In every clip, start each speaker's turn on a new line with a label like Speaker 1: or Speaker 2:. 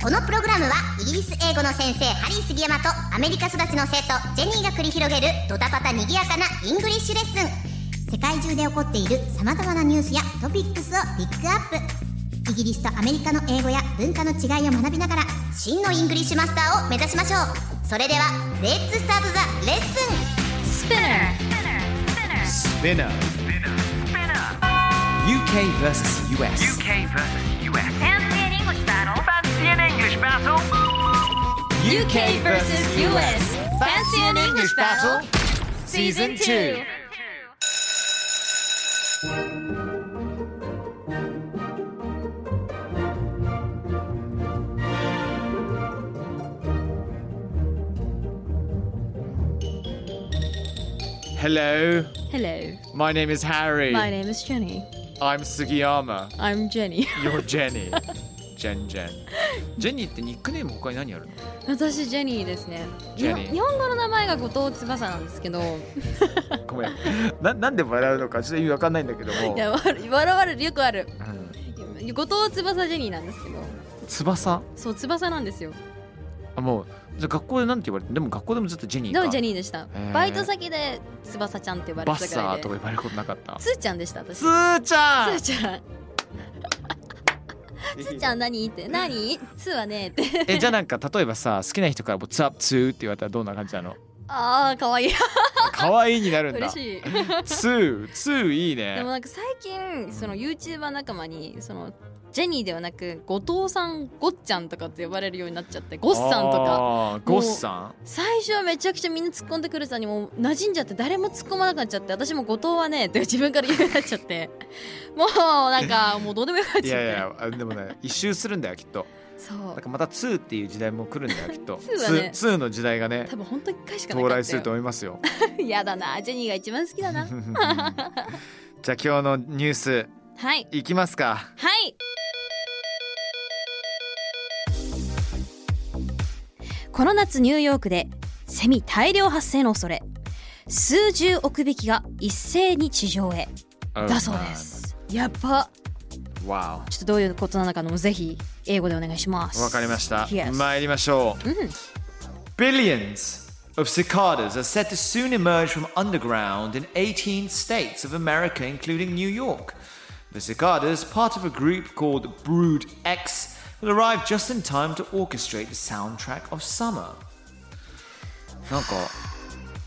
Speaker 1: このプログラムはイギリス英語の先生ハリー杉山とアメリカ育ちの生徒ジェニーが繰り広げるドタパタにぎやかなイングリッシュレッスン世界中で起こっている様々なニュースやトピックスをピックアップイギリスとアメリカの英語や文化の違いを学びながら真のイングリッシュマスターを目指しましょうそれではレッツスタートザレッスン
Speaker 2: Spinner. UK versus US.
Speaker 3: UK versus US. Fancy an English battle. Fancy an English battle.
Speaker 2: UK versus US. Fancy an English battle? Season 2. Hello,
Speaker 4: Hello,
Speaker 2: my name is Harry.
Speaker 4: my name is Jenny.
Speaker 2: I'm Sugiyama.
Speaker 4: I'm Jenny.
Speaker 2: You're Jenny. Jen Jen. ジェニーってニックネーム他に何あるの
Speaker 4: 私ジェニーですね。日本
Speaker 2: Jenny
Speaker 4: 日本語の名前が後藤翼なんで すけど、
Speaker 2: ごめん。ななんで笑うのかちょっと意味わかんないんだけども。
Speaker 4: いやわる笑われるよくある。
Speaker 2: うん
Speaker 4: 後藤翼ジェニーなんですけど、
Speaker 2: 翼
Speaker 4: そう翼なんですよ。
Speaker 2: あもうじゃあ学校でなんて言われてでも学校でもずっとジェニー
Speaker 4: で
Speaker 2: か
Speaker 4: もジェニーでした
Speaker 2: へー。
Speaker 4: バイト先で翼ちゃんって呼ばれ
Speaker 2: バッ
Speaker 4: てた
Speaker 2: サ
Speaker 4: ぐら
Speaker 2: ー
Speaker 4: い
Speaker 2: と
Speaker 4: で
Speaker 2: か。呼ばれることなかった
Speaker 4: つーちゃんでした私。
Speaker 2: つ
Speaker 4: つ
Speaker 2: ーちゃん
Speaker 4: ーちゃん。つーちゃん何って何？つーはねって。
Speaker 2: えじゃあなんか例えばさ好きな人からも「ツアップツー」って言われたらどんな感じな の
Speaker 4: ああ可愛い。
Speaker 2: 可愛いになるんだ
Speaker 4: 嬉しい。
Speaker 2: ツーツーいい
Speaker 4: でも
Speaker 2: ね
Speaker 4: なんか最近その YouTuber 仲間にそのジェニーではなく後藤さんごっちゃんとかって呼ばれるようになっちゃってごっさんとか
Speaker 2: かゴッサン
Speaker 4: 最初はめちゃくちゃみんな突っ込んでくるさにもう馴染んじゃって誰も突っ込まなくなっちゃって私も後藤はねって自分から言うよ うになっちゃってもうなんかもうどうでもよくなっ
Speaker 2: い
Speaker 4: ちゃっ
Speaker 2: や
Speaker 4: て
Speaker 2: いやあでもね一周するんだよきっと
Speaker 4: そ
Speaker 2: なん
Speaker 4: う
Speaker 2: かまたツーっていう時代も来るんだよきっと
Speaker 4: ツーはね
Speaker 2: ツーの時代がね
Speaker 4: 多分本当一回しかな
Speaker 2: 到
Speaker 4: かったよ
Speaker 2: 来すると思いますよ
Speaker 4: やだなジェニーが一番好きだ な
Speaker 2: じゃあ今日のニュース
Speaker 4: はい
Speaker 2: いきますか
Speaker 4: はいこの夏ニューヨークでセミ大量発生の恐れ数十億匹が一斉に地上へだそうですやっぱ
Speaker 2: わ
Speaker 4: ちょっとどういうことなのかのもぜひ英語でお願いします
Speaker 2: おわかりました
Speaker 4: Yes
Speaker 2: 参りましょう
Speaker 4: うん
Speaker 5: Billions of cicadas are said to soon emerge from underground in 18 states of America, including New York. The cicadas, part of a group called Brood X, will arrive just in time to orchestrate the soundtrack of summer.
Speaker 2: なんか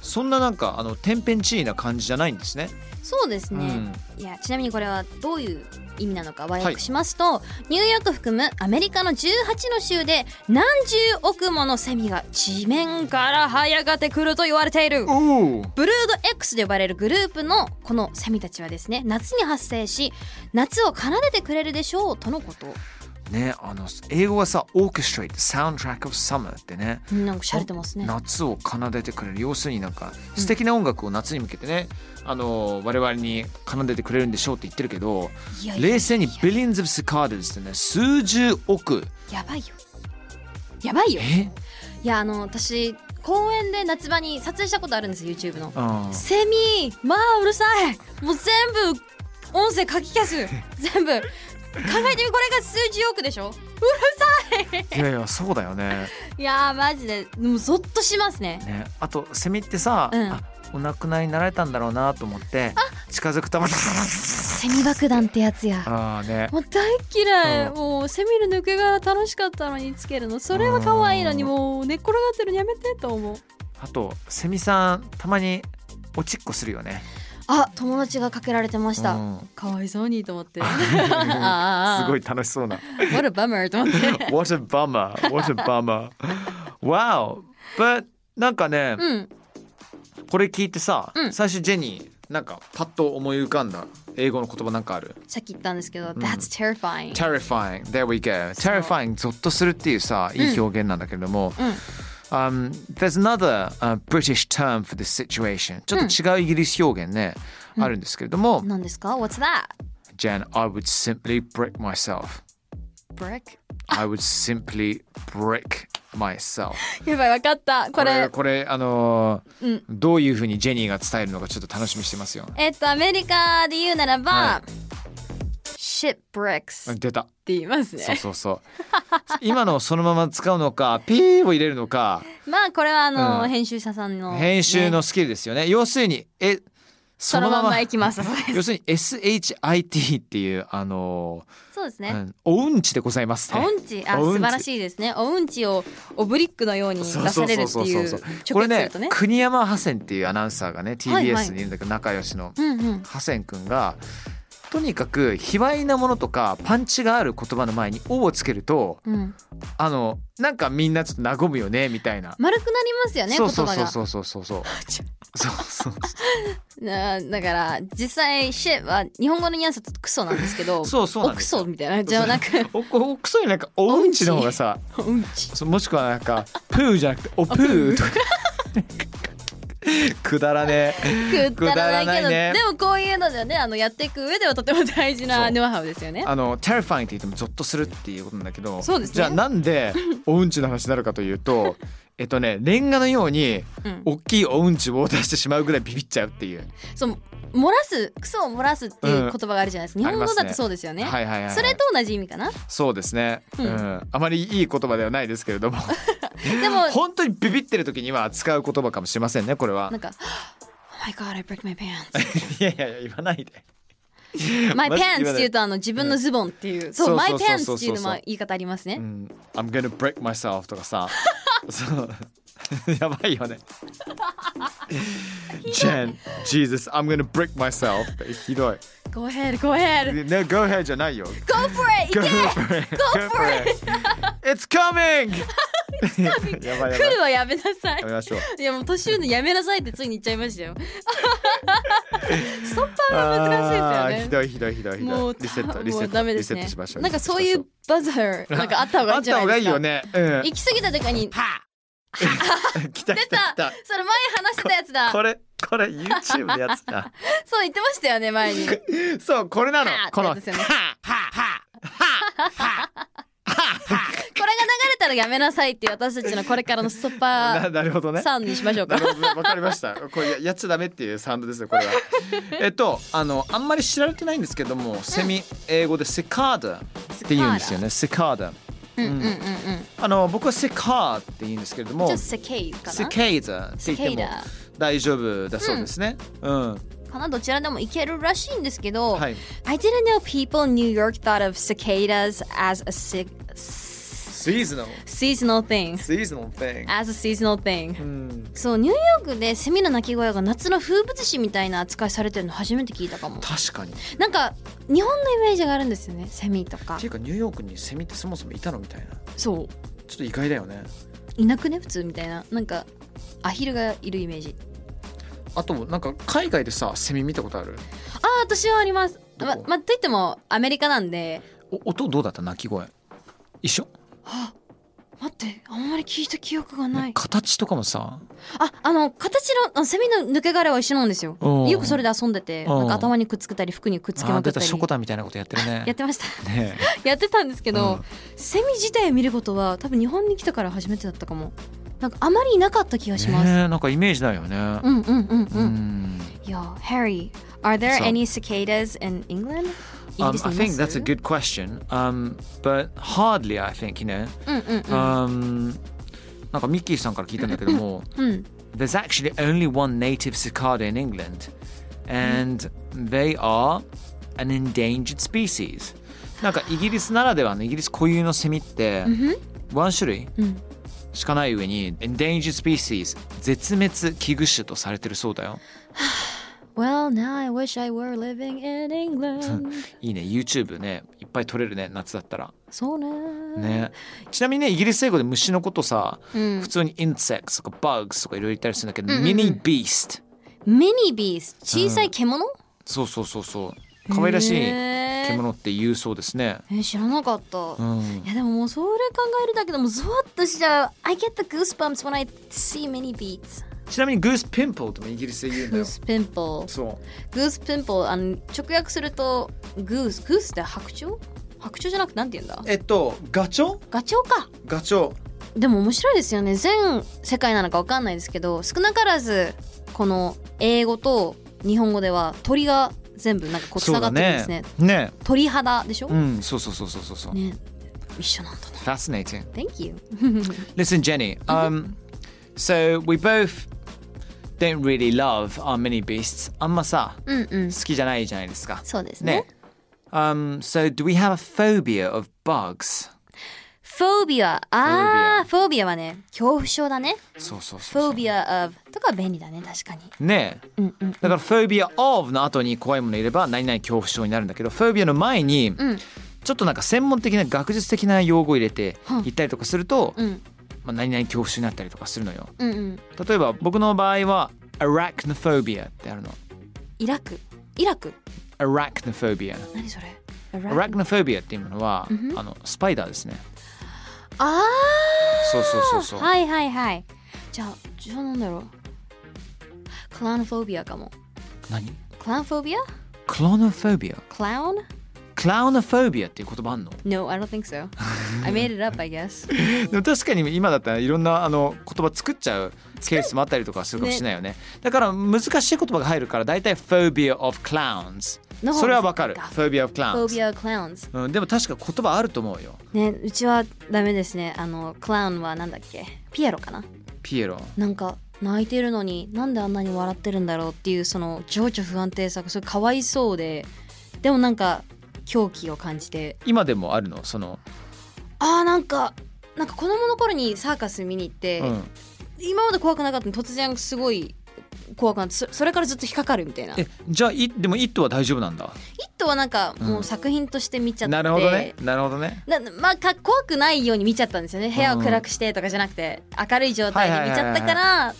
Speaker 2: そんななんかあの天変地異な感じじゃないんですね
Speaker 4: そうですね、いやちなみにこれはどういう意味なのか和訳しますと、ニューヨーク含むアメリカの18の州で何十億ものセミが地面から這い上がってくると言われている
Speaker 2: おお
Speaker 4: ブルード X と呼ばれるグループのこのセミたちはですね夏に発生し夏を奏でてくれるでしょうとのこと
Speaker 2: ねあの英語はさ「Orchestrate the Soundtrack of Summer」ってね
Speaker 4: なんかしゃれてますね
Speaker 2: 夏を奏でてくれる要するになんか素敵な音楽を夏に向けてね、あの我々に奏でてくれるんでしょうって言ってるけど
Speaker 4: いやいや
Speaker 2: 冷静に「Billions of Cicadas」ってね数十億
Speaker 4: やばいよやばいよ
Speaker 2: え
Speaker 4: いやあの私公園で夏場に撮影したことあるんですよ YouTube の
Speaker 2: あー
Speaker 4: セミまあうるさいもう全部音声書き消す 全部考えてみこれが数十億でしょうるさい
Speaker 2: いやいやそうだよね
Speaker 4: いやーマジでもうゾッとしますね
Speaker 2: ねあとセミってさ、
Speaker 4: うん
Speaker 2: あお亡くなりになられたんだろうなと思って近づくたまに
Speaker 4: セミ爆弾ってやつや
Speaker 2: ああね
Speaker 4: もう大嫌い、
Speaker 2: うん
Speaker 4: もうセミの抜け殻楽しかったのにつけるのそれは可愛いのにもう寝っ転がってるのやめてと思う
Speaker 2: あとセミさんたまにおちっこするよね
Speaker 4: あ友達がかけられてました、
Speaker 2: う ん
Speaker 4: かわいそうにと思って す
Speaker 2: すごい楽しそうな
Speaker 4: What a bummer と思って
Speaker 2: What a bummer What a bummer Wow But なんかね、
Speaker 4: うん
Speaker 2: これ聞いてさ、
Speaker 4: うん
Speaker 2: 最初ジェニーなんかパッと思い浮かんだ英語の言葉なんかある
Speaker 4: さっき言ったんですけど、That's terrifying
Speaker 2: Terrifying There we go Terrifying ゾッとするっていうさいい表現なんだけれども、
Speaker 4: うん
Speaker 2: Um, there's another uh, British term for this situation. ちょっと違うイギリス表現ね、あるんですけれども、
Speaker 4: 何ですか What's that?
Speaker 2: Jen, I would simply brick myself.
Speaker 4: Brick?
Speaker 2: I would simply brick myself.
Speaker 4: やばい、わかった。これ、
Speaker 2: これあのーどういうふうにジェニーが伝えるのかちょっと楽しみにして ますよ。
Speaker 4: えっと、アメリカで言うならば、
Speaker 2: は
Speaker 4: shit bricks っ
Speaker 2: 出た。
Speaker 4: て言います
Speaker 2: そう
Speaker 4: ね。
Speaker 2: そう そう。今のをそのまま使うのか、ピーを入れるのか、
Speaker 4: まあ、これはあの、
Speaker 2: うん
Speaker 4: 編集者さんの、
Speaker 2: 編集の
Speaker 4: ね
Speaker 2: スキルですよね。要するに、え、
Speaker 4: そのままい きます。
Speaker 2: 要するに SHIT っていう、あの
Speaker 4: そうです
Speaker 2: ー、う
Speaker 4: ね。
Speaker 2: んおうんちでございますね。
Speaker 4: おうんち、あ、
Speaker 2: おうんち
Speaker 4: 素晴らしいですね。おうんちをオブリックのように出されるっていう。
Speaker 2: これ
Speaker 4: 直
Speaker 2: ね
Speaker 4: 訳するとね。
Speaker 2: 国山ハセンっていうアナウンサーがね
Speaker 4: はいはい
Speaker 2: TBS にいるんだけど仲良しの
Speaker 4: うんうん。
Speaker 2: ハセン君がとにかく卑猥なものとかパンチがある言葉の前に「お」をつけると
Speaker 4: うん、
Speaker 2: あのなんかみんなちょっと和むよねみたいな。
Speaker 4: 丸くなりますよね
Speaker 2: そ
Speaker 4: 言
Speaker 2: うそ
Speaker 4: 葉
Speaker 2: う
Speaker 4: が
Speaker 2: そうそうそうそうそう。そうそう
Speaker 4: なだから実際シェは日本語のニュアンスだとクソなんですけど
Speaker 2: そうそうなん
Speaker 4: お
Speaker 2: で
Speaker 4: ク
Speaker 2: すよ
Speaker 4: ソみたいなじゃなく
Speaker 2: おおくそになんかおうんちの方がさ
Speaker 4: おうんち
Speaker 2: そうもしくはなんかプーじゃなくておプーとかくだらねえ
Speaker 4: くだらない
Speaker 2: くだら
Speaker 4: けど
Speaker 2: ないね
Speaker 4: でもこういうのでねあのやっていく上ではとても大事
Speaker 2: そ
Speaker 4: な
Speaker 2: う
Speaker 4: ノウハウですよね
Speaker 2: あの terrifying って言ってもゾッとするっていうことなんだけど
Speaker 4: そうですね
Speaker 2: じゃあなん でおうんちの話になるかというとえっとねレンガのように
Speaker 4: うん
Speaker 2: 大きいおうんちを出してしまうぐらいビビっちゃうっていう、
Speaker 4: そう漏らすクソを漏らすっていう言葉があるじゃないですか、
Speaker 2: うん
Speaker 4: 日本語
Speaker 2: あり
Speaker 4: だ
Speaker 2: ます
Speaker 4: と
Speaker 2: ね
Speaker 4: そうですよね
Speaker 2: はいはいはい、はい、
Speaker 4: それと同じ意味かな
Speaker 2: そうですね、
Speaker 4: う
Speaker 2: うんんあまりいい言葉ではないですけれども
Speaker 4: でも
Speaker 2: 本当にビビってる時には使う言葉かもしれませんねこれは
Speaker 4: なんか 「Oh my god I break my pants
Speaker 2: いやいやいや言わないで マジ
Speaker 4: my
Speaker 2: で言わない
Speaker 4: pants」っていうとあの自分のズボンっていうそう「
Speaker 2: そう
Speaker 4: my
Speaker 2: そうそうそう
Speaker 4: pants」っていうのも言い方ありますね、
Speaker 2: うん「I'm gonna break myself」とかさ そうやばいよね Jen Jesus I'm gonna break myself ってひどい
Speaker 4: Go ahead go ahead
Speaker 2: ね Go ahead じゃないよ
Speaker 4: Go for it!
Speaker 2: Go
Speaker 4: いけ
Speaker 2: for it Go for it It's coming やばいやばい
Speaker 4: 来るはやめなさい
Speaker 2: やめましょう
Speaker 4: いやもう年上のやめなさいってついに言っちゃいましたよストッパーは
Speaker 2: あー
Speaker 4: 難しい
Speaker 2: ひ
Speaker 4: ですよね
Speaker 2: どいひどいひどいひ
Speaker 4: も
Speaker 2: ど
Speaker 4: う
Speaker 2: いリセッ
Speaker 4: も
Speaker 2: ト
Speaker 4: う
Speaker 2: リセット
Speaker 4: ダメです
Speaker 2: リセッ
Speaker 4: ね
Speaker 2: トしましょう
Speaker 4: なんかそういうバザーなんかあった方がいいんじゃ
Speaker 2: あった方
Speaker 4: な
Speaker 2: が
Speaker 4: い
Speaker 2: いい
Speaker 4: で
Speaker 2: よ
Speaker 4: すか
Speaker 2: ねうん
Speaker 4: 行き過ぎた時に
Speaker 2: 来た
Speaker 4: 出
Speaker 2: 来た来
Speaker 4: た
Speaker 2: た
Speaker 4: それ前話してたやつだ
Speaker 2: これこれ YouTube のやつだ
Speaker 4: そう言ってましたよね前に
Speaker 2: そうこれなの
Speaker 4: はあ
Speaker 2: この
Speaker 4: ってやつですよね
Speaker 2: はあはあはあはあ
Speaker 4: これが流れたらやめなさいっていう私たちのこれからのストッ
Speaker 2: な
Speaker 4: パ
Speaker 2: なるほど
Speaker 4: ー
Speaker 2: ね。
Speaker 4: サウンドにしましょう
Speaker 2: な
Speaker 4: か
Speaker 2: るほどねわかりました。これややっちゃダメっていうサウンドですよこれ は。えっとあのあんまり知られてないんですけども、セミ英語でセカーダって言うんですよね。セカーダ。
Speaker 4: うんうんうんうん
Speaker 2: あの僕はセカーって言うんですけれども
Speaker 4: ちょっと、セケイか
Speaker 2: セ
Speaker 4: な
Speaker 2: ケイザって言っても大丈夫だそうですね。うん。
Speaker 4: かなどちらでもいけるらしいんですけど、
Speaker 2: はい。
Speaker 4: I didn't know people in New York thought of cicadas as a si- s-
Speaker 2: シーズナル
Speaker 4: seasonal thing.
Speaker 2: シーズナル thing。
Speaker 4: As a seasonal
Speaker 2: う
Speaker 4: thing.
Speaker 2: ん。
Speaker 4: そう、ニューヨークでセミの鳴き声が夏の風物詩みたいな扱いされてるの初めて聞いたかも。
Speaker 2: 確かに。っ
Speaker 4: なんか、日本のイメージがあるんですよね、セミとか
Speaker 2: てい。うかニューヨークにセミってそもそもいたのみたいな。
Speaker 4: そう、
Speaker 2: ちょっと意外だよね。
Speaker 4: いなくね、普通みたいな。なんか、アヒルがいるイメージ。
Speaker 2: あとなんか海外でさセミ見たことある
Speaker 4: ああ、私はあります。
Speaker 2: ど
Speaker 4: ま、
Speaker 2: こ
Speaker 4: ま、といっても、アメリカなんで、
Speaker 2: お音どうだった鳴き声一緒、
Speaker 4: 待って、あんまり聞いた記憶が
Speaker 2: ね
Speaker 4: ない。
Speaker 2: 形とかもさ
Speaker 4: あ、あの、形の、あのセミの抜け殻は一緒なんですよ。
Speaker 2: うん
Speaker 4: よくそれで遊んでて、
Speaker 2: うん
Speaker 4: なんか頭にくっつけたり、服にくっつけ
Speaker 2: あー
Speaker 4: まくっ
Speaker 2: 出た
Speaker 4: たり。
Speaker 2: ショコタンみたいなことやってるね
Speaker 4: やってました。
Speaker 2: ね
Speaker 4: やってたんですけ
Speaker 2: う
Speaker 4: ど、
Speaker 2: ん
Speaker 4: セミ自体を見ることは、多分日本に来たから初めてだったかも。なんかあまりいなかった気がします。
Speaker 2: ねなんかイメージないよね、
Speaker 4: うんうんうん
Speaker 2: う
Speaker 4: うんん。いや、Harry, are there
Speaker 2: そう
Speaker 4: any cicadas in England? イギ
Speaker 2: Um,
Speaker 4: リス
Speaker 2: I
Speaker 4: にいま
Speaker 2: think
Speaker 4: す
Speaker 2: that's a good question, um, but hardly I think, you know.
Speaker 4: うんうんうん。
Speaker 2: Um, なんかミッキーさんから聞いたんだけども、
Speaker 4: うん、
Speaker 2: There's actually only one native cicada in England, and they are an endangered species. なんかイギリスならではのイギリス固有のセミってワン種類
Speaker 4: ん
Speaker 2: しかない上に endangered species 絶滅危惧種とされてるそうだよ。
Speaker 4: Well, now I wish I were living in England.
Speaker 2: いいね YouTube ねいっぱい撮れるね夏だったら。
Speaker 4: そうね。
Speaker 2: ね、ちなみにねイギリス英語で虫のことさ、
Speaker 4: うん
Speaker 2: 普通に insects とか bugs とかいろいろ言ったりするんだけど、
Speaker 4: うんうん
Speaker 2: mini beast
Speaker 4: ミニビース、小さい獣、
Speaker 2: そうそうそうそう可愛らしい
Speaker 4: へーへー
Speaker 2: 獣って言うそうですね。
Speaker 4: えー知らなかった、
Speaker 2: うん
Speaker 4: いやでももうそれ考えるだけでもゾワッとしちゃう I get the goosebumps when I see many beats
Speaker 2: ちなみにグースピンポーともイギリスで言うんだよ。
Speaker 4: goose pimple
Speaker 2: そう。
Speaker 4: goose pimple あの直訳すると goose goose って白鳥白鳥じゃなくてなんて言うんだ
Speaker 2: えっと、ガチョウ
Speaker 4: ガチョウか
Speaker 2: ガチョウ。
Speaker 4: でも面白いですよね全世界なのかわかんないですけど少なからずこの英語と日本語では鳥が全部なんかこうつながってるんですね
Speaker 2: そうだね。ね。
Speaker 4: 鳥肌でしょ、
Speaker 2: うん、そうそうそうそうそうそう。
Speaker 4: ね一緒なんだね
Speaker 2: Fascinating.
Speaker 4: Thank you
Speaker 2: Listen, Jenny. Um, so we both don't really love our mini beasts. あんまさ、
Speaker 4: うんうん
Speaker 2: 好きじゃないじゃないですか。
Speaker 4: そうですね
Speaker 2: ね。Um, so do we have a phobia of bugs?
Speaker 4: フォービアあーフォービアはね恐怖症だね
Speaker 2: そうそうそう
Speaker 4: フ
Speaker 2: そう。
Speaker 4: ォービア of とか便利だね確かに
Speaker 2: ねえ、だからフォービア of の後に怖いものいれば何々恐怖症になるんだけどフォービアの前に
Speaker 4: ん
Speaker 2: ちょっとなんか専門的な学術的な用語を入れて
Speaker 4: はあ
Speaker 2: 言ったりとかすると、
Speaker 4: うん
Speaker 2: まあ、何々恐怖症になったりとかするのよ
Speaker 4: うんうん
Speaker 2: 例えば僕の場合は arachnophobia ってあるの
Speaker 4: イラクイラク
Speaker 2: arachnophobia
Speaker 4: 何それ
Speaker 2: arachnophobia っていうのは、あのスパイダーですね
Speaker 4: ああ
Speaker 2: そうそうそうそう
Speaker 4: はいはいはいじゃあじゃあなんだろうクラウンフォービアかも
Speaker 2: 何
Speaker 4: クラウンフォービア
Speaker 2: クロノフォビア
Speaker 4: クラウン
Speaker 2: クラウノフォビアっていう言葉あんの
Speaker 4: No, I don't think so. I made it up, I guess.
Speaker 2: でも確かに今だったらいろんなあの言葉作っちゃうケースもあったりとかするかもしれないよねだから難しい言葉が入るから大体 phobia of clowns
Speaker 4: の方
Speaker 2: それはわかる
Speaker 4: が
Speaker 2: phobia of clowns、
Speaker 4: Phobia clowns.
Speaker 2: うん、でも確か言葉あると思うよ
Speaker 4: ね、うちはダメですね。あの、クラウンはなんだっけピエロかな
Speaker 2: ピエロ
Speaker 4: なんか泣いてるのになんであんなに笑ってるんだろうっていうその情緒不安定さがそれかわいそうででもなんか狂気を感じて
Speaker 2: 今でもあるのその、
Speaker 4: あーなんかなんか子供の頃にサーカス見に行って、
Speaker 2: うん、
Speaker 4: 今まで怖くなかったのに突然すごい怖くなってそそれからずっと引っかかるみたいな「イッ
Speaker 2: えじゃあいでも「イット!」は大丈夫なんだ
Speaker 4: ト!」はなんかも
Speaker 2: うん
Speaker 4: う作品として見ちゃって、
Speaker 2: なるほどねなるほどね
Speaker 4: なまあか怖くないように見ちゃったんですよね部屋を暗くしてとかじゃなくて明るい状態で見ちゃったから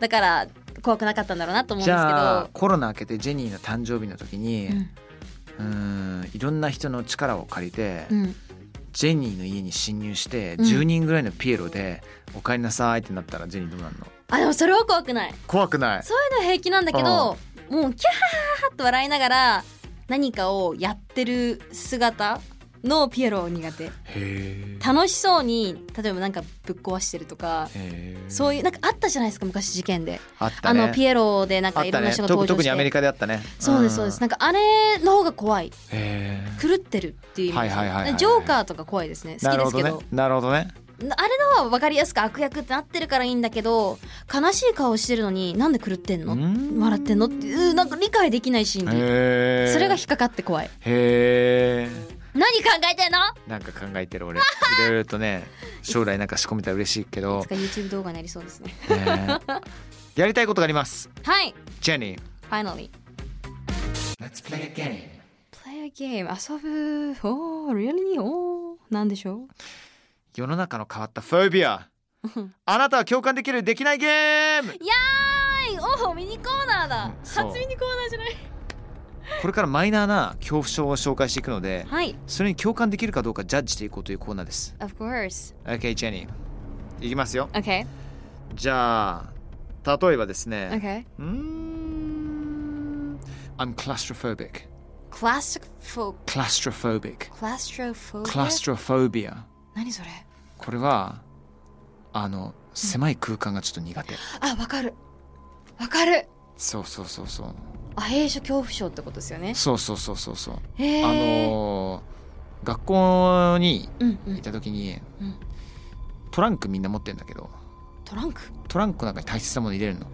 Speaker 4: だから怖くなかったんだろうなと思うん
Speaker 2: じ
Speaker 4: ですけ
Speaker 2: ゃあ
Speaker 4: ど
Speaker 2: コロナ明けてジェニーの誕生日の時に、うーんいろんな人の力を借りて、
Speaker 4: うん
Speaker 2: ジェニーの家に侵入して
Speaker 4: ん
Speaker 2: 10人ぐらいのピエロで「おかえりなさい」ってなったらジェニーどうなるの
Speaker 4: あでもそれは怖くない
Speaker 2: 怖くない
Speaker 4: そういうのは平気なんだけど、もうキャーッと笑いながら何かをやってる姿のピエロは苦手
Speaker 2: へ
Speaker 4: 楽しそうに例えばなんかぶっ壊してるとか
Speaker 2: え
Speaker 4: そういうなんかあったじゃないですか昔事件で、
Speaker 2: あった
Speaker 4: あ
Speaker 2: ね
Speaker 4: のピエロでな
Speaker 2: あ
Speaker 4: んか
Speaker 2: っ
Speaker 4: い
Speaker 2: た
Speaker 4: ろんな
Speaker 2: ね
Speaker 4: 人が
Speaker 2: と
Speaker 4: 登場
Speaker 2: 特
Speaker 4: し
Speaker 2: に
Speaker 4: て、
Speaker 2: アメリカであったね
Speaker 4: そうですそうですなんかあれの方が怖
Speaker 2: ん
Speaker 4: い
Speaker 2: へえ
Speaker 4: 狂ってるっていう意味ですね
Speaker 2: はいはいはいはいはい
Speaker 4: ジョーカーとか怖いですね好
Speaker 2: なる
Speaker 4: きで
Speaker 2: ほ
Speaker 4: すけ
Speaker 2: ど
Speaker 4: ど
Speaker 2: ねなるほどね
Speaker 4: あれの方は分かりやすく悪役ってなってるからいいんだけど悲しい顔してるのになんで狂ってんの
Speaker 2: うん
Speaker 4: 笑ってんのっていうなんか理解できないシーンで
Speaker 2: へえ
Speaker 4: それが引っかかって怖い
Speaker 2: へえ
Speaker 4: 何考えてんの
Speaker 2: なんか考えて る俺いろいろとね将来なんか仕込めたら嬉しいけ
Speaker 4: い
Speaker 2: ど
Speaker 4: つ、か YouTube 動画になりそうですね
Speaker 2: ねやりたいことがあります
Speaker 4: はい
Speaker 2: ジェニー
Speaker 4: Finally
Speaker 2: Let's play a game
Speaker 4: Play a game 遊ぶおー really おーなんでしょ
Speaker 2: 世の中の変わったフォービアあなたは共感できるできないゲーム
Speaker 4: うやーいおーミニコーナーだ
Speaker 2: そう
Speaker 4: 初ミニコーナーじゃない
Speaker 2: これからマイナーな恐怖症を紹介していくので
Speaker 4: はい
Speaker 2: それに共感できるかどうかジャッジしていこうというコーナーです
Speaker 4: Of course
Speaker 2: OK ジェニーいきますよ
Speaker 4: Okay
Speaker 2: じゃあ例えばですね、う
Speaker 4: Okay
Speaker 2: ーん I'm claustrophobic
Speaker 4: Claustropho
Speaker 2: claustrophobic
Speaker 4: Claustrophobia
Speaker 2: claustrophobia
Speaker 4: 何それ
Speaker 2: これはあの狭い空間がちょっと苦手
Speaker 4: あわかるわかる
Speaker 2: そうそうそうそう
Speaker 4: あ閉所恐怖症ってことですよね
Speaker 2: そうそうそうそうそう
Speaker 4: へー
Speaker 2: あのー学校に
Speaker 4: うんう
Speaker 2: い
Speaker 4: ん
Speaker 2: た時に、
Speaker 4: うん
Speaker 2: トランクみんな持ってんだけど
Speaker 4: トランク
Speaker 2: トランクの中に大切なもの入れるの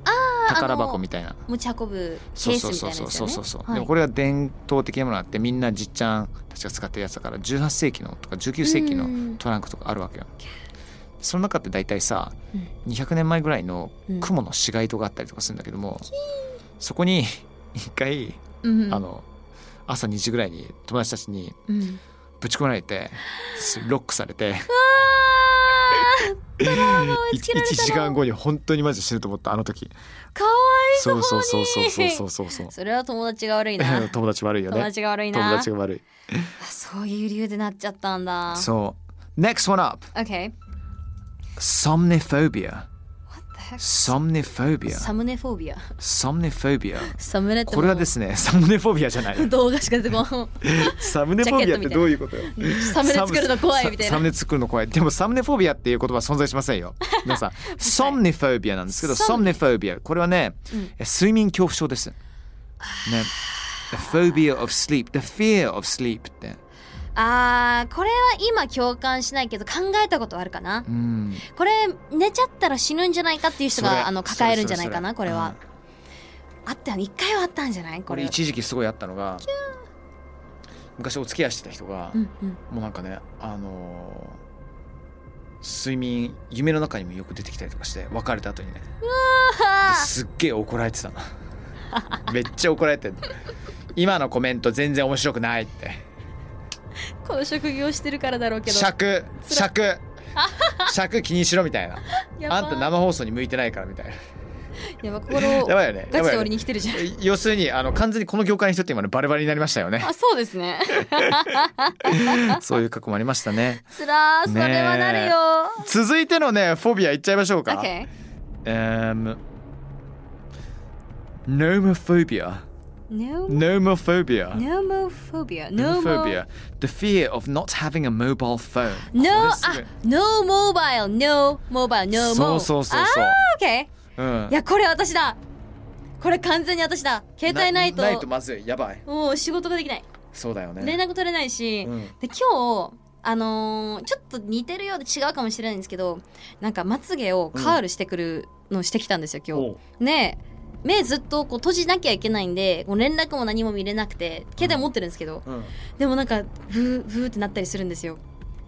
Speaker 2: 宝箱みたいな
Speaker 4: 持ち運ぶケ
Speaker 2: そう
Speaker 4: ー
Speaker 2: そ
Speaker 4: ス
Speaker 2: う
Speaker 4: みた
Speaker 2: そ
Speaker 4: いうな
Speaker 2: そ
Speaker 4: や
Speaker 2: うそうそ
Speaker 4: つよね
Speaker 2: うそう、
Speaker 4: はい
Speaker 2: でもこれが伝統的なものがあってみんなじっちゃんたちが使ってるやつだから18世紀のとか19世紀
Speaker 4: うん
Speaker 2: のトランクとかあるわけよ。その中って大体さ、
Speaker 4: う
Speaker 2: 200年前ぐらいの
Speaker 4: うん
Speaker 2: 雲の死骸とかあったりとかするんだけども、そこに 一回、
Speaker 4: うんうん
Speaker 2: あの朝2時ぐらいに友達たちに
Speaker 4: うん
Speaker 2: ぶち込まれてロックされて
Speaker 4: あートラウマいつけられたの
Speaker 6: 1時間後に本当にマジで死ぬと思ったあの時
Speaker 4: かわいそう
Speaker 6: そう
Speaker 4: に
Speaker 6: そうそうそうそうそうそうそう
Speaker 4: それは友達が悪い な
Speaker 6: 友達悪いよね
Speaker 4: 友達が悪いな
Speaker 6: 友達が悪い
Speaker 4: あそういう理由でなっちゃったんだ
Speaker 2: So, next one up
Speaker 4: OK
Speaker 2: somniphobia.
Speaker 4: What the heck?
Speaker 2: Somniphobia.
Speaker 4: サムネフォビア
Speaker 2: Somniphobia.
Speaker 4: サムネってもう
Speaker 2: これはですね、 サムネフォビアじゃ ない。
Speaker 4: 動画しか出 てこん
Speaker 6: サムネフォビアってどういうことよ
Speaker 4: サムネ作るの怖いみたい
Speaker 2: サム
Speaker 4: な
Speaker 2: ネ作るの怖い。でもサムネフォビアっていう言葉は存在しません よ。皆さん、ソムニフォビアなんですけど、ソムニフォビア。これはね、え睡眠恐怖症です。ね。The phobia of sleep, the fear of sleep って。
Speaker 4: あーこれは今共感しないけど考えたことあるかな
Speaker 2: うん。
Speaker 4: これ寝ちゃったら死ぬんじゃないかっていう人
Speaker 2: それ
Speaker 4: があの抱えるんじゃないかな
Speaker 2: そ
Speaker 4: こ
Speaker 2: れ
Speaker 4: れ
Speaker 2: それ
Speaker 4: はあったよね一回はあったんじゃないこ
Speaker 2: これ
Speaker 4: れ
Speaker 2: 一時期すごいあったのが、昔お付き合いしてた人が、
Speaker 4: うんうん
Speaker 2: もうなんかね、あのー睡眠夢の中にもよく出てきたりとかして別れた後にねですっげえ怒られてたのめっちゃ怒られてんの今のコメント全然面白くないって
Speaker 4: この職業してるからだろうけど
Speaker 2: 尺 尺尺気にしろみたいな
Speaker 4: やば
Speaker 2: あんた生放送に向いてないからみたいな
Speaker 4: やば心 を
Speaker 2: やばいよね
Speaker 4: ガ
Speaker 2: やばい
Speaker 4: チで
Speaker 2: よ
Speaker 4: 折り
Speaker 2: ね
Speaker 4: に来てるじゃん
Speaker 2: 要するにあの完全にこの業界の人って今ねバレバレになりましたよ ね
Speaker 4: あそうですね
Speaker 2: そういう過去もありましたね
Speaker 4: つらーそれはなるよ
Speaker 2: 続いてのねフォビアいっちゃいましょうか
Speaker 4: OK
Speaker 2: Um, nomophobia.
Speaker 4: No
Speaker 2: Nomophobia.
Speaker 4: Nomophobia No
Speaker 2: Nomophobia. The fear of not having a mobile phone.
Speaker 4: No
Speaker 2: これ
Speaker 4: あ
Speaker 2: すごい
Speaker 4: No mobile No mobile No
Speaker 2: そう
Speaker 4: mo
Speaker 2: そうそう
Speaker 4: あ
Speaker 2: そう。
Speaker 4: ー OK
Speaker 2: うん
Speaker 4: いやこれ私だこれ完全に私だ携帯ないと
Speaker 2: ないとまずい。やばい。
Speaker 4: もう仕事ができない
Speaker 2: そうだよね。
Speaker 4: 連絡取れないし、
Speaker 2: うん
Speaker 4: で今日あのーちょっと似てるようで違うかもしれないんですけどなんかまつげをカールしてくるのをしてきたんですよ今日。ねえ目ずっとこう閉じなきゃいけないんでこう連絡も何も見れなくて携帯持ってるんですけど、
Speaker 2: うん
Speaker 4: でもなんかブーブーってなったりするんですよ。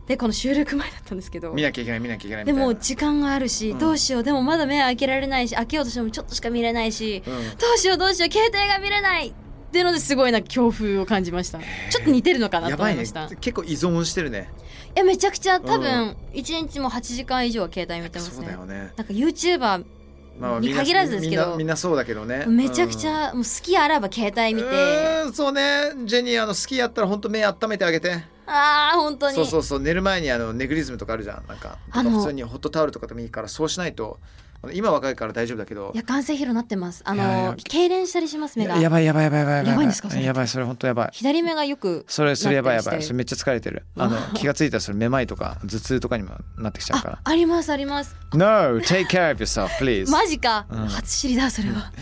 Speaker 4: でこの収録前だったんですけど
Speaker 2: 見なきゃいけない見なきゃいけないみ
Speaker 4: で
Speaker 2: たいな。
Speaker 4: も時間があるし、どうしようでもまだ目開けられないし開けようとしてもちょっとしか見れないし、
Speaker 2: ん
Speaker 4: どうしようどうしよう携帯が見れないっていうのですごいなんか恐怖を感じましたちょっと似てるのかな
Speaker 2: や
Speaker 4: と
Speaker 2: ば
Speaker 4: 思い
Speaker 2: いね。
Speaker 4: まし
Speaker 2: 結
Speaker 4: たい,、
Speaker 2: 構依存してるね。
Speaker 4: やめちゃくちゃ多
Speaker 2: う
Speaker 4: 分1日も8時間以上は携帯見てます
Speaker 2: そう
Speaker 4: ね
Speaker 2: だよね。
Speaker 4: なんか YouTuber
Speaker 2: みんな
Speaker 4: に限らずですけ
Speaker 2: みんな
Speaker 4: ど
Speaker 2: みんなそうだけどね。
Speaker 4: めちゃくち
Speaker 2: うん。
Speaker 4: ゃもう好きあらば携帯見て、
Speaker 2: うーんそうねジェニーあの好きやったら本当目温めてあげて
Speaker 4: ああ本当に
Speaker 2: そうそうそう寝る前にあのネグリズムとかあるじゃんなんか
Speaker 4: あの
Speaker 2: 普通にホットタオルとかでもいいからそうしないとあの今若いから大丈夫だけど
Speaker 4: いや眼性疲労になってますあ
Speaker 2: いやいや
Speaker 4: の痙攣したりします目が
Speaker 2: やばいやばいやばいやばい
Speaker 4: やばいんですかそれ
Speaker 2: やばいそれ本当やばい
Speaker 4: 左目がよく
Speaker 2: それそれやばいやば
Speaker 4: なっ
Speaker 2: い
Speaker 4: たりし
Speaker 2: そ
Speaker 4: て
Speaker 2: れめっちゃ疲れてるあの気がついたらそれめまいとか頭痛とかにもなってきちゃう
Speaker 4: あ
Speaker 2: か
Speaker 4: ありますあります
Speaker 2: ら No take care of yourself please
Speaker 4: マジか、
Speaker 2: うん
Speaker 4: 初知りだそれは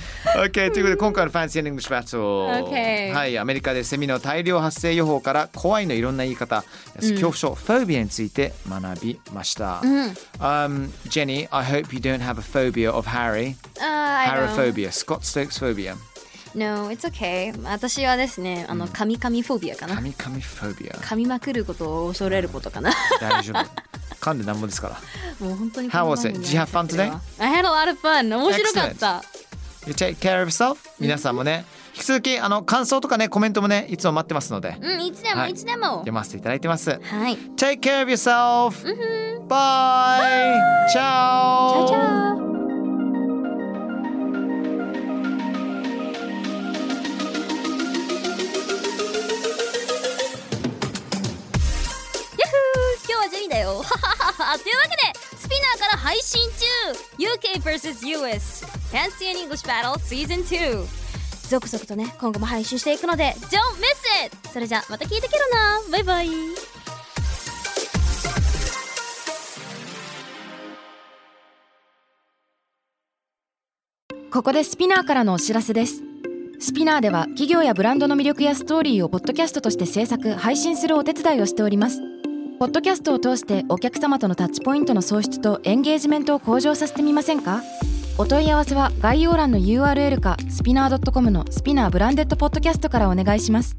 Speaker 2: OK ということで今回の Fancy and English Battle、
Speaker 4: Okay
Speaker 2: はいアメリカでセミの大量発生予報から怖いのいろんな言い方、恐怖症フォービアについて学びました、
Speaker 4: うん
Speaker 2: Um, Jenny, I hope you don't have a phobia of Harry.
Speaker 4: あー I don't know.
Speaker 2: Harrophobia, Scott Stokes phobia.
Speaker 4: No, it's okay. 私はですね、あの、噛み噛みフォビアかな。
Speaker 2: 神々 phobia.
Speaker 4: 噛みまくることを恐れること かな。
Speaker 2: 大丈夫。噛んでなんぼですから。
Speaker 4: もう本当に
Speaker 2: How
Speaker 4: この
Speaker 2: was it?
Speaker 4: 番組
Speaker 2: Did you have fun today?
Speaker 4: あ I had a lot of fun. 面白かった。
Speaker 2: You take care of yourself. 皆さんもね、引き続きあの感想とかね、コメントもね、いつも待ってますので、
Speaker 4: うん、いつでも、
Speaker 2: はい
Speaker 4: い、つでも
Speaker 2: 読。ませていただいてます。
Speaker 4: はい。
Speaker 2: Take care of yourself. Mm-hmm. Bye. Ciao.
Speaker 4: じゃあ。やっほー今日はジェニーだよ というわけでスピナーから配信中 UK vs.US Fancy and English Battle Season 2続々とね今後も配信していくので Don't miss it それじゃまた聞いてけろなバイバイ
Speaker 7: ここでスピナーからのお知らせです。スピナーでは企業やブランドの魅力やストーリーをポッドキャストとして制作、配信するお手伝いをしております。ポッドキャストを通してお客様とのタッチポイントの創出とエンゲージメントを向上させてみませんかお問い合わせは概要欄の URL かスピナー .com のスピナーブランデッドポッドキャストからお願いします。